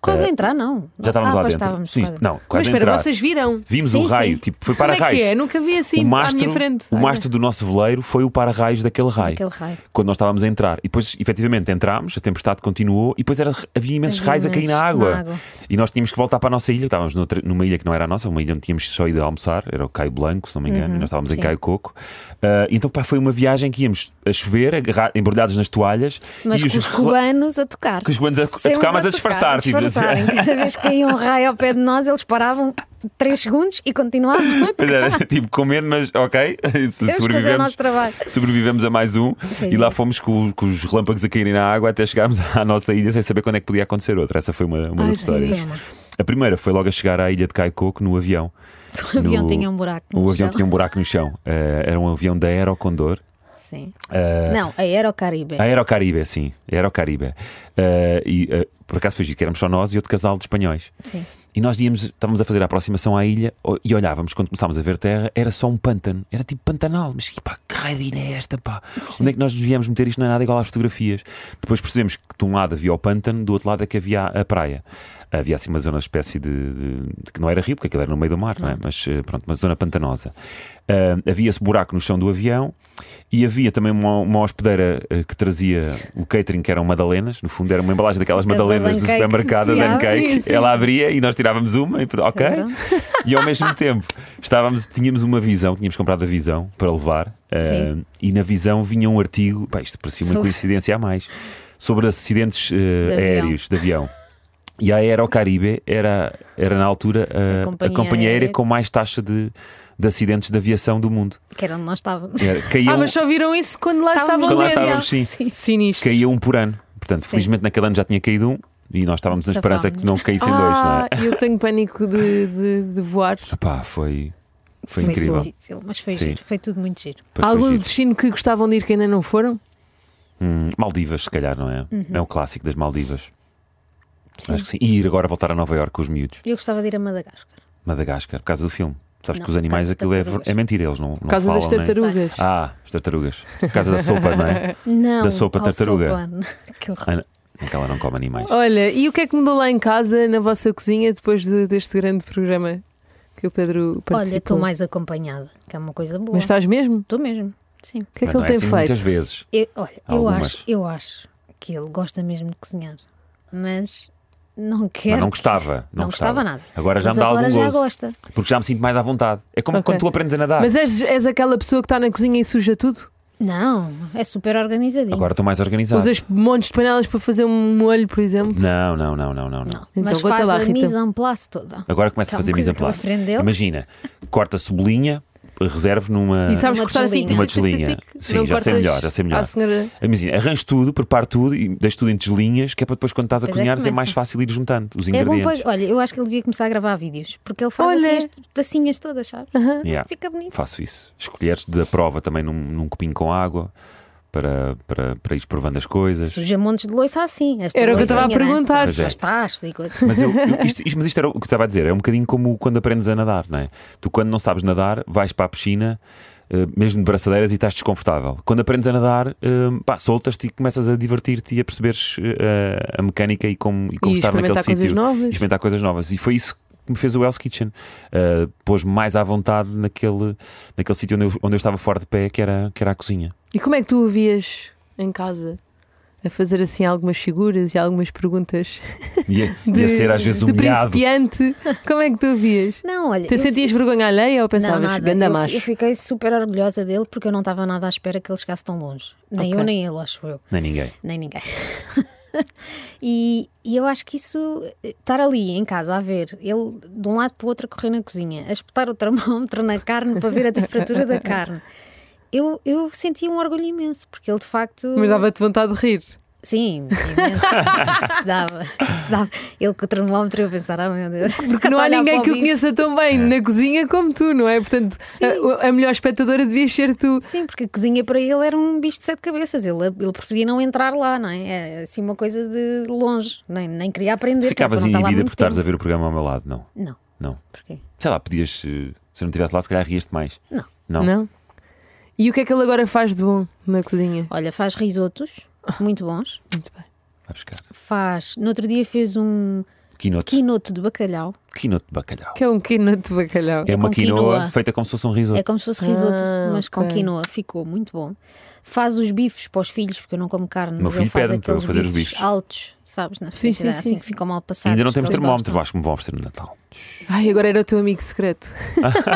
Quase Eh, a entrar, não. Já estávamos ah, lá pois dentro. Estávamos Sim, quase. não, Mas quase a espera, entrar. vocês viram? Vimos Sim, um raio, sim. tipo, foi Como é para-raios. que é? Nunca vi assim o mastro, à minha frente. o Olha. mastro do nosso veleiro foi o para-raios daquele raio. Aquele raio. Quando nós estávamos a entrar. E depois, efetivamente, entrámos, a tempestade continuou e depois era, havia imensos Havia raios a cair imensos na água. na água. E nós tínhamos que voltar para a nossa ilha. Estávamos noutra- numa ilha que não era a nossa, uma ilha onde tínhamos só ido almoçar, era o Caio Blanco, se não me engano, e nós estávamos sim. em Caio Coco. Ah, então, pá, foi uma viagem que íamos a chover, agarra- embrulhados nas toalhas. Mas e com os rela- cubanos a tocar. Com os cubanos a- a Sempre tocar, mas a disfarçar, a tipo. disfarçarem. Cada vez que caía um raio ao pé de nós, eles paravam 3 segundos e continuavam. Pois era, tipo, com medo, mas ok, se Temos que fazer o sobrevivemos, nosso trabalho. sobrevivemos a mais um Sim. e lá fomos com, com os relâmpagos a caírem na água até chegarmos à nossa ilha sem saber quando é que podia acontecer outra. Essa foi uma, uma Ai, das histórias. sim. A primeira foi logo a chegar à ilha de Caicoco no avião. O avião No- tinha um buraco. no O avião chão. tinha um buraco no chão. Eh, era um avião da Aero Condor. Sim. Eh, Não, a Aerocaribe. a Aerocaribe, sim, a Aerocaribe. Eh, e eh, por acaso foi giro, que éramos só nós e outro casal de espanhóis. Sim. E nós íamos, estávamos a fazer a aproximação à ilha o- e olhávamos, quando começámos a ver terra, era só um pântano, era tipo pantanal. Mas que pá, que raio de ilha é esta, pá? Onde é que nós devíamos meter isto? Não é nada igual às fotografias. Depois percebemos que de um lado havia o pântano, do outro lado é que havia a praia. Havia assim uma zona espécie de, de- de- que não era rio, porque aquilo era no meio do mar, não é? Mas eh, pronto, uma zona pantanosa. Ah, havia esse buraco no chão do avião e havia também uma, uma hospedeira eh, que trazia o catering, que eram madalenas, no fundo era uma embalagem daquelas Das da madalenas do Duncake. supermercado, da Sim, ah, Duncake. sim, sim. Ela abria e nós tirávamos uma, e, ok. Claro. E ao mesmo tempo estávamos, tínhamos uma visão, tínhamos comprado a visão para levar, eh, e na visão vinha um artigo, pá, isto parecia uma Sobre- coincidência a mais, sobre acidentes eh, De avião. aéreos de avião. E a Aerocaribe era, era na altura eh, A a companhia companhia aérea aérea. com mais taxa de, de acidentes de aviação do mundo. Que era onde nós estávamos. Era- um, Ah, caíam, mas só viram isso quando lá Estávamos estavam Quando lá a ler. estávamos, sim. Sinistro. caía um por ano. Portanto, Sim. felizmente naquele ano já tinha caído um e nós estávamos na esperança que não Safámos. caíssem dois, não ah, é? eu tenho pânico de, de, de voar. Pá, foi, foi, incrível. difícil, mas foi Sim. giro. Foi tudo muito giro. Pois Há foi algum giro. destino que gostavam de ir que ainda não foram? Hum, Maldivas, se calhar, não é? É o clássico das Maldivas. Acho que sim. E ir agora voltar a Nova Iorque com os miúdos, Eu gostava de ir a Madagascar. Madagascar, por causa do filme. Sabes Não, que os animais por aquilo é, causa das tartarugas. é mentira, eles não, não Por causa falam, das né? tartarugas. Ah, as tartarugas. Por causa da sopa, não é? Não. Da sopa ao tartaruga. sopa. que horror. Ah, não. É que ela não come animais. Olha, e o que é que mudou lá em casa, na vossa cozinha, depois de- deste grande programa que o Pedro Olha, estou participou? mais acompanhada, que é uma coisa boa. Mas estás mesmo? Estou mesmo. Sim. O que é Mas que não ele tem assim feito? muitas vezes. Eu, olha, eu Algumas. acho, eu acho que ele gosta mesmo de cozinhar, mas não quer. Mas não gostava. Não, Não gostava nada. Agora já Mas me dá agora algum já gozo. gosta. Porque já me sinto mais à vontade. É como Ok. quando tu aprendes a nadar. Mas és, és aquela pessoa que está na cozinha e suja tudo? Não, é super organizadinho. Agora estou mais organizado. Usas montes de panelas para fazer um molho, por exemplo? Ah. Não, não, não, não, não, não. não. Então, mas conta faz lá, a Rita. mise en place toda. Agora começa Há a fazer uma mise en coisa que ele place. aprendeu. Imagina, corta a cebolinha, reserve numa. E sabes Uma cortar assim? deslinha. Uma tic, tic, tic, deslinha. tic, Sim, não já sei cortas melhor, já sei melhor. à senhora. Imagina, arranjo tudo, preparo tudo e deixo tudo em deslinhas, que é para depois, quando estás a Pois é, cozinhar, é começa. mais fácil ir juntando os É bom ingredientes. para. Olha, eu acho que ele devia começar a gravar vídeos, porque ele faz Olha. assim as tacinhas todas, sabes? Yeah, Fica bonito. Faço isso. Escolheres da prova também num, num copinho com água para, para, para ir provando as coisas. Suja montes de loiça assim. esta Era o que eu estava a loicinha, não é? perguntar. Pois é. Os tachos e coisas. Mas, eu, eu- isto, isto- mas isto era o que eu estava a dizer, é um bocadinho como quando aprendes a nadar, não é? Tu, quando não sabes nadar, vais para a piscina, eh, mesmo de braçadeiras, e estás desconfortável. Quando aprendes a nadar, eh, pá, soltas-te e começas a divertir-te e a perceberes eh, a mecânica e como, e como E estar naquele experimentar coisas sítio. E novas? experimentar coisas novas. E foi isso que me fez o Hell's Kitchen. Eh, Pôs-me mais à vontade naquele, naquele sítio onde eu, onde eu estava fora de pé, que era, que era a cozinha. E como é que tu o vias em casa? a fazer assim algumas figuras e algumas perguntas Ia, ia ser às vezes de humilhado. principiante. Como é que tu vias? Não, olha. Tu eu- sentias vergonha alheia ou não, pensavas, nada. ganda eu, macho? eu fiquei super orgulhosa dele porque eu não estava nada à espera que ele chegasse tão longe. Nem Ok. eu, nem ele, acho eu. Nem é ninguém. Nem ninguém. e, e eu acho que isso, eh, estar ali em casa a ver, ele de um lado para o outro a correr na cozinha, a espetar o termómetro na carne para ver a temperatura da carne. Eu, eu senti um orgulho imenso, porque ele de facto. Mas dava-te vontade de rir. Sim, imenso. se, dava, se dava. Ele com o termómetro eu pensar, ah meu Deus. Porque não há ninguém que o conheça tão É. bem na cozinha como tu, não é? Portanto, a, a melhor espectadora devias ser tu. Sim, porque a cozinha para ele era um bicho de sete cabeças. Ele, ele preferia não entrar lá, não é? Era assim uma coisa de longe. Nem, nem queria aprender. Ficavas até porque não está tá lá inibida muito por estares a tempo. ver o programa ao meu lado, não. Não, Não. porquê? Sei lá, podias. eh, Se eu não estivesse lá, se calhar rias-te mais. Não. Não. Não? E o que é que ele agora faz de bom na cozinha? Olha, faz risotos muito bons. Muito bem. Vai buscar. Faz. No outro dia fez um Quinote. quinoto de bacalhau. Quinote de bacalhau. Que é um quinoto de bacalhau. É uma com quinoa, quinoa. feita como se fosse um risoto. É como se fosse risoto, Ah, mas com ok. quinoa. Ficou muito bom. Faz os bifes para os filhos, porque eu não como carne. Meu mas filho ele faz pede-me para eu aqueles fazer os bifes bifes. altos, sabes? Na Sim, frigideira, sim, assim sim, que sim. ficam mal passados. Ainda não temos Eles termómetro, gostam. acho que me vão oferecer no Natal. Ai, agora era o teu amigo secreto.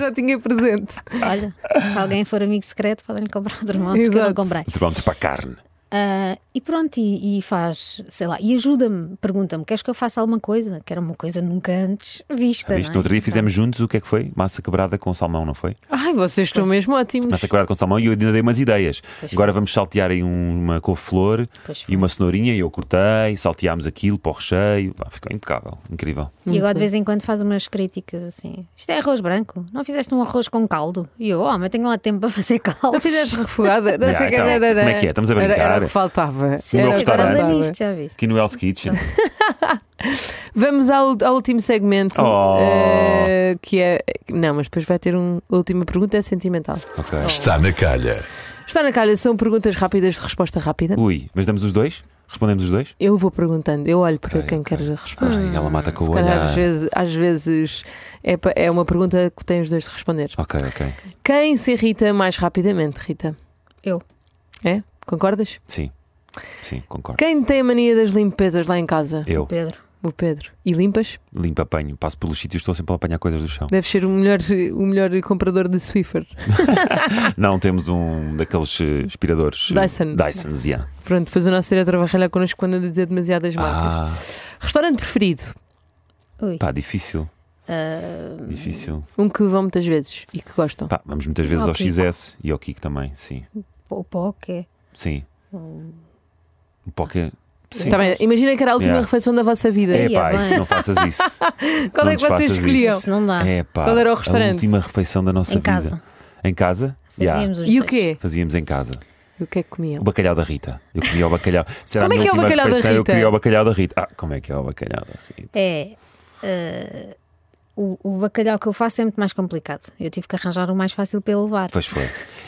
Já tinha presente. Olha, se alguém for amigo secreto, podem comprar o termómetro que eu Exato. não comprei. O termómetro para a carne. Ah, e pronto, e, e faz, sei lá, e ajuda-me, pergunta-me, queres que eu faça alguma coisa? Que era uma coisa nunca antes vista. Ah, Viste? não é? No outro dia Pronto. fizemos juntos o que é que foi? Massa quebrada com salmão, não foi? Ai, vocês estão mesmo ótimos. Massa quebrada com salmão e eu ainda dei umas ideias. Agora vamos saltear aí um- uma couve-flor Pois foi. e uma cenourinha. E eu cortei, salteámos aquilo para o recheio. Pá, ficou impecável, incrível. E agora de vez em quando faz umas críticas assim: Isto é arroz branco, não fizeste um arroz com caldo? E eu, oh, mas tenho lá tempo para fazer caldo. Não fizeste refogada? Não Ya, sei o que então, era. como é que é? Estamos a Era- Era, brincar. o que faltava. Sim, Era o meu que agora anda restaurante. faltava. nisto, já viste. Aqui no Hell's Kitchen. Vamos ao, ao último segmento. Oh. eh, que é. Não, mas depois vai ter um. A última pergunta é sentimental. ok. Está na calha. Está na calha, são perguntas rápidas de resposta rápida. Ui, mas damos os dois? Respondemos os dois? Eu vou perguntando, eu olho para Ok, quem ok. quer a Ah, resposta. sim, ela mata com Se o calhar olhar. às vezes, às vezes é, pa- é uma pergunta que tens os dois de responder. Ok, ok. Quem se irrita mais rapidamente, Rita? Eu. É? Concordas? Sim, sim, concordo. Quem tem a mania das limpezas lá em casa? Eu Pedro, O Pedro. E limpas? limpo, apanho, passo pelos sítios, estou sempre a apanhar coisas do chão. Deve ser o melhor, o melhor comprador de Swiffer. Não, temos um daqueles eh, aspiradores. eh, Dyson. Dysons, yeah. Pronto, depois o nosso diretor vai ralhar connosco quando anda a dizer demasiadas marcas. Ah, Restaurante preferido? ui, pá, difícil. ah, Difícil. Um que vão muitas vezes e que gostam. Pá, vamos muitas vezes Ao ao Kiko. XS e ao Kiko também, sim. o pó que é. Sim. Um poca. Sim. Tá bem, imagina que era a última Yeah. refeição da vossa vida. É pá, Ia bem. isso não faças isso. Qual não é nos que vocês faças escolhiam? Isso não dá. É pá. Qual era o A restaurante? última refeição da nossa Em vida. casa. Em casa? Yeah. Fazíamos os E o dois. quê? Fazíamos em casa. E O que é que comiam? O bacalhau da Rita. Eu queria o bacalhau. Como Será é a minha que é o última bacalhau da refeição, Eu Rita? queria o bacalhau da Rita. Ah, como é que é o bacalhau da Rita? É. ah, o, o bacalhau que eu faço é muito mais complicado. Eu tive que arranjar o mais fácil para ele levar. Pois foi.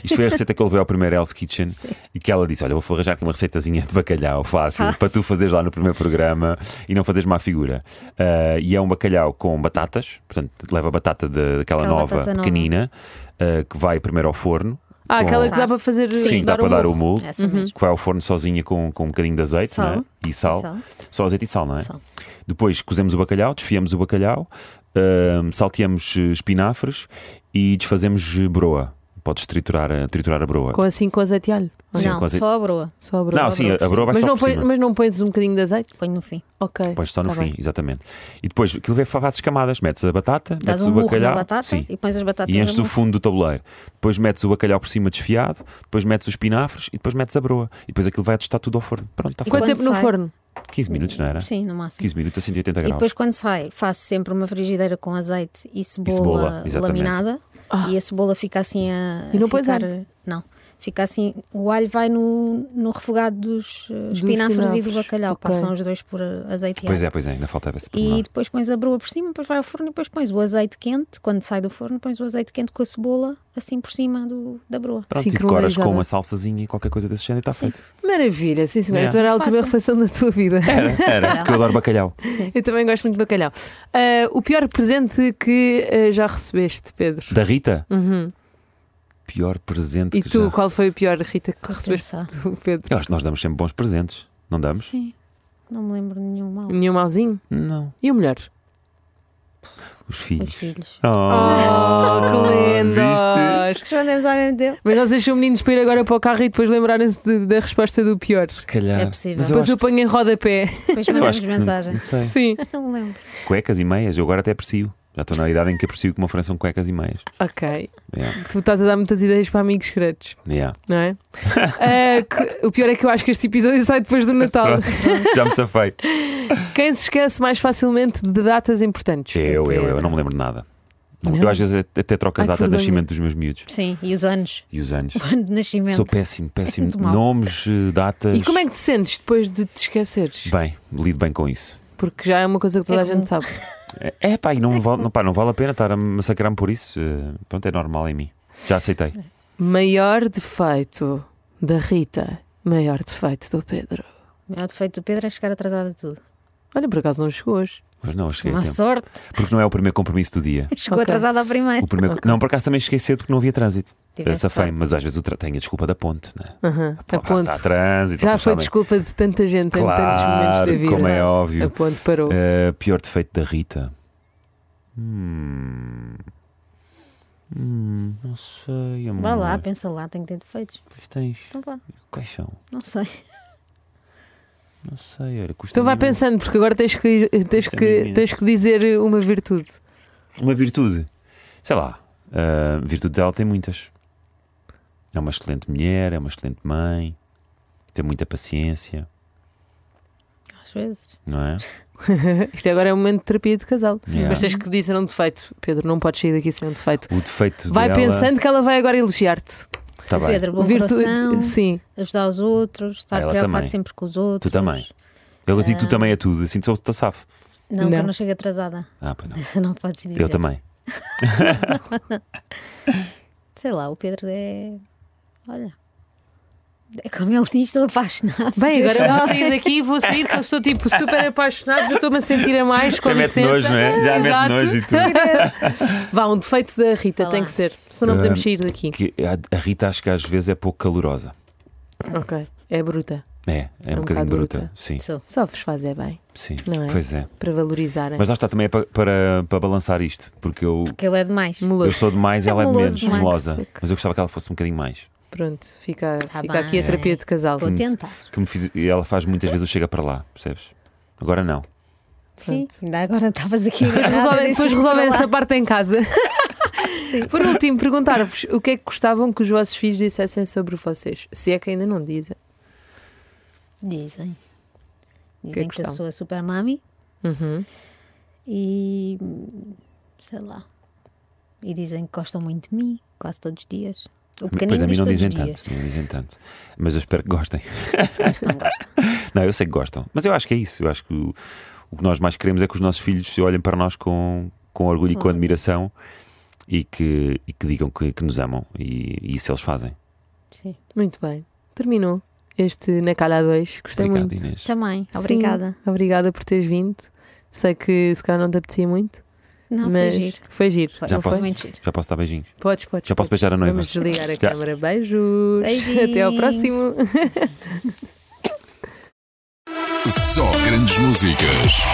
Isto foi a receita que ele levei ao primeiro Hell's Kitchen e que ela disse: Olha, vou arranjar aqui uma receitazinha de bacalhau fácil Fácil. para tu fazeres lá no primeiro programa e não fazeres má figura. Ah, e é um bacalhau com batatas, portanto, leva batata de- daquela Aquela nova, batata nova. pequenina, ah, que vai primeiro ao forno. Ah, com- aquela que dá para fazer. Sim, que dá dar para um dar o murro. murro. Essa mesmo. Que vai ao forno sozinha com, com um bocadinho de azeite É. Sal. não é? e sal. Sal. Só azeite e sal, não é? Sal. Depois cozemos o bacalhau, desfiamos o bacalhau, hum, salteamos eh, espinafres e desfazemos eh, broa. Podes triturar, a- triturar a broa. Com assim com azeite e alho. Sim, não, quase- só a broa. Só a broa. Não, sim, a a broa vai mas, só não por põe- cima. mas não pões um bocadinho de azeite? Ponho no fim. Ok. Pões só no tá fim, bem. exatamente. E depois aquilo é fazes camadas, metes a batata, Dás metes um o burro na bacalhau. batata sim. e pões as batatas E enches a o fundo do tabuleiro. Depois metes o bacalhau por cima desfiado, depois metes os espinafres e depois metes a broa. E depois aquilo vai atestar tudo ao forno. Pronto, está E Quanto feito. quando tempo no sai? forno? 15 minutos, não era? Sim, no máximo. 15 minutos a 180 E graus. depois quando sai, faço sempre uma frigideira com azeite e cebola, cebola, exatamente. laminada Ah. e a cebola fica assim a E não pões ficar, Não, fica assim, o alho vai no, no refogado dos eh, espinafres e do espinafres, bacalhau, ok. passam os dois por eh, azeite Pois e é, pois é, ainda faltava esse alho. E pormenor. depois pões a broa por cima, depois vai ao forno e depois pões o azeite quente, quando sai do forno, pões o azeite quente com a cebola assim por cima do, da broa. Pronto, e decoras é? Sincronizada. com uma salsazinha e qualquer coisa desse género e está feito. Maravilha, sim senhora. Yeah. Tu era a última Fácil. refeição da tua vida. Era, era, Ah. porque eu adoro bacalhau. Eu também gosto muito de bacalhau. Ah, o pior presente que ah, já recebeste, Pedro? Da Rita? pior presente E que tu, já qual se- foi o pior, Rita, que Vou recebeste pensar. do Pedro? Eu acho que nós damos sempre bons presentes, não damos? Sim. Não me lembro de nenhum mal. Nenhum mauzinho? Não. E o melhor? Os filhos. Os filhos. Oh, Oh, que viste? lindos! Respondemos ao mesmo tempo. Mas nós deixamos meninos para ir agora para o carro e depois lembrarem-se de- da resposta do pior. Se calhar. É possível. Mas eu Depois acho, eu ponho em rodapé. Depois mas eu acho é mandamos que mensagem. Não sei. Sim. Não me lembro. Cuecas e meias, eu agora até aprecio. Já estou na idade em que aprecio que uma Fran são cuecas e meias. Ok. Yeah, Tu estás a dar muitas ideias para amigos secretos, yeah. não é? Ah, que- o pior é que eu acho que este episódio sai depois do Natal. Pronto. Já me safei. Quem se esquece mais facilmente de datas importantes? É Eu, eu, eu, não me lembro de nada. Não? Eu às vezes até troco a Ai, que data de vergonha. nascimento dos meus miúdos Sim, e os anos. e os anos. O ano de nascimento. Sou péssimo, péssimo. muito mal. Nomes, eh, datas. E como é que te sentes depois de te esqueceres? Bem, lido bem com isso. Porque já é uma coisa que toda É a gente comum. sabe. É, É pá, e não, vale, não, pá, não vale a pena estar a massacrar-me por isso. Eh, Pronto, é normal em mim. Já aceitei. Maior defeito da Rita, maior defeito do Pedro. O maior defeito do Pedro é chegar atrasado a tudo. Olha, por acaso não chegou hoje. Mas não, eu cheguei a Má tempo. sorte. Porque não é o primeiro compromisso do dia. Chegou Ok. atrasado ao primeiro. O primeiro... Não, por acaso também cheguei cedo porque não havia trânsito. Tiveste Essa fame, sorte. mas às vezes o tra... tenho a desculpa da ponte, né? Aham, A ponte. Está trânsito, Já vocês foi sabem. desculpa de tanta gente em tantos momentos da Claro, vida. como é A óbvio. ponte parou. Eh, pior defeito da Rita. Hum. Hum, não sei, amor. Vá lá, pensa lá, tenho que ter defeitos. Pois Tens. Então vá, Quais são? não sei. Não sei, olha, custa Então vai pensando, porque agora tens que, tens, Custa-me que, imenso. tens que dizer uma virtude. Uma virtude. Sei lá. ah, virtude dela tem muitas. É uma excelente mulher, é uma excelente mãe, tem muita paciência, Às vezes. não é? Isto agora é um momento de terapia de casal. Yeah. Mas tens que dizer um defeito. Pedro, não podes sair daqui sem um defeito. O defeito Vai dela. pensando que ela vai agora elogiar-te. Tá bem. Pedro, bom Virtu- coração, Sim. ajudar os outros, estar Ah, Ela preocupado também. sempre com os Tu outros. também. Eu digo Ah. tu também é tudo, assim estou estou safo. Não, que eu Não. não chego atrasada. Ah, pois não. Não podes dizer. Eu também. Sei lá, o Pedro é. Olha. É como ele diz, estou apaixonado. Bem, agora Estou- vou sair daqui, vou sair, que eu estou tipo super apaixonado, já estou-me a sentir a mais, com Já mete licença. nojo, não é? Já mete Exato. nojo e tudo. Vá, um defeito da Rita Vá tem lá. que ser, senão não podemos Ah, sair daqui. Que a- a Rita acho que às vezes é pouco calorosa. Ok, é bruta. É, é, um, bocadinho bruta. Sim, Sou. Só vos fazer bem, sim. Não é? Pois é. para valorizarem. Mas lá está também é pa- para, para balançar isto, porque eu, Porque ele é demais. Meloso. eu sou demais, ela é Meloso menos, demais. melosa. Seco. Mas eu gostava que ela fosse um bocadinho mais. Pronto, fica, Tá fica bem. aqui a terapia de casal. Vou tentar. Que me fiz- e ela faz muitas vezes eu chego para lá, percebes? Agora não. Sim. Ainda agora estavas aqui. Depois agarrada, resolvem, deixa-me depois resolvem falar. essa parte em casa. Por último, perguntar-vos o que é que gostavam que os vossos filhos dissessem sobre vocês, se é que ainda não dizem. Dizem. que é Dizem que que, eu são? sou a super mami Uhum. e hum, sei lá. E dizem que gostam muito de mim, quase todos os dias. O pequenino pois a mim diz não É todos dizem os dias. tanto, não dizem tanto. Mas eu espero que gostem. Gostam, gostam. Não, eu sei que gostam. Mas eu acho que é isso. Eu acho que o, o que nós mais queremos é que os nossos filhos se olhem para nós com, com orgulho e com admiração e que, e que digam que, que nos amam. E, e isso eles fazem. Sim. Muito bem, terminou este Na Calha 2. Gostei Obrigado, muito. Inês. Também, Sim, obrigada. obrigada por teres vindo. Sei que se calhar não te apetecia muito, Não, mas foi giro. foi giro. Foi, Já não posso? foi muito giro. Já posso dar beijinhos. Podes, podes. Já posso podes. beijar a noiva. Vamos desligar a Já. câmara. Beijos. Beijinhos. Até ao próximo. Só grandes músicas.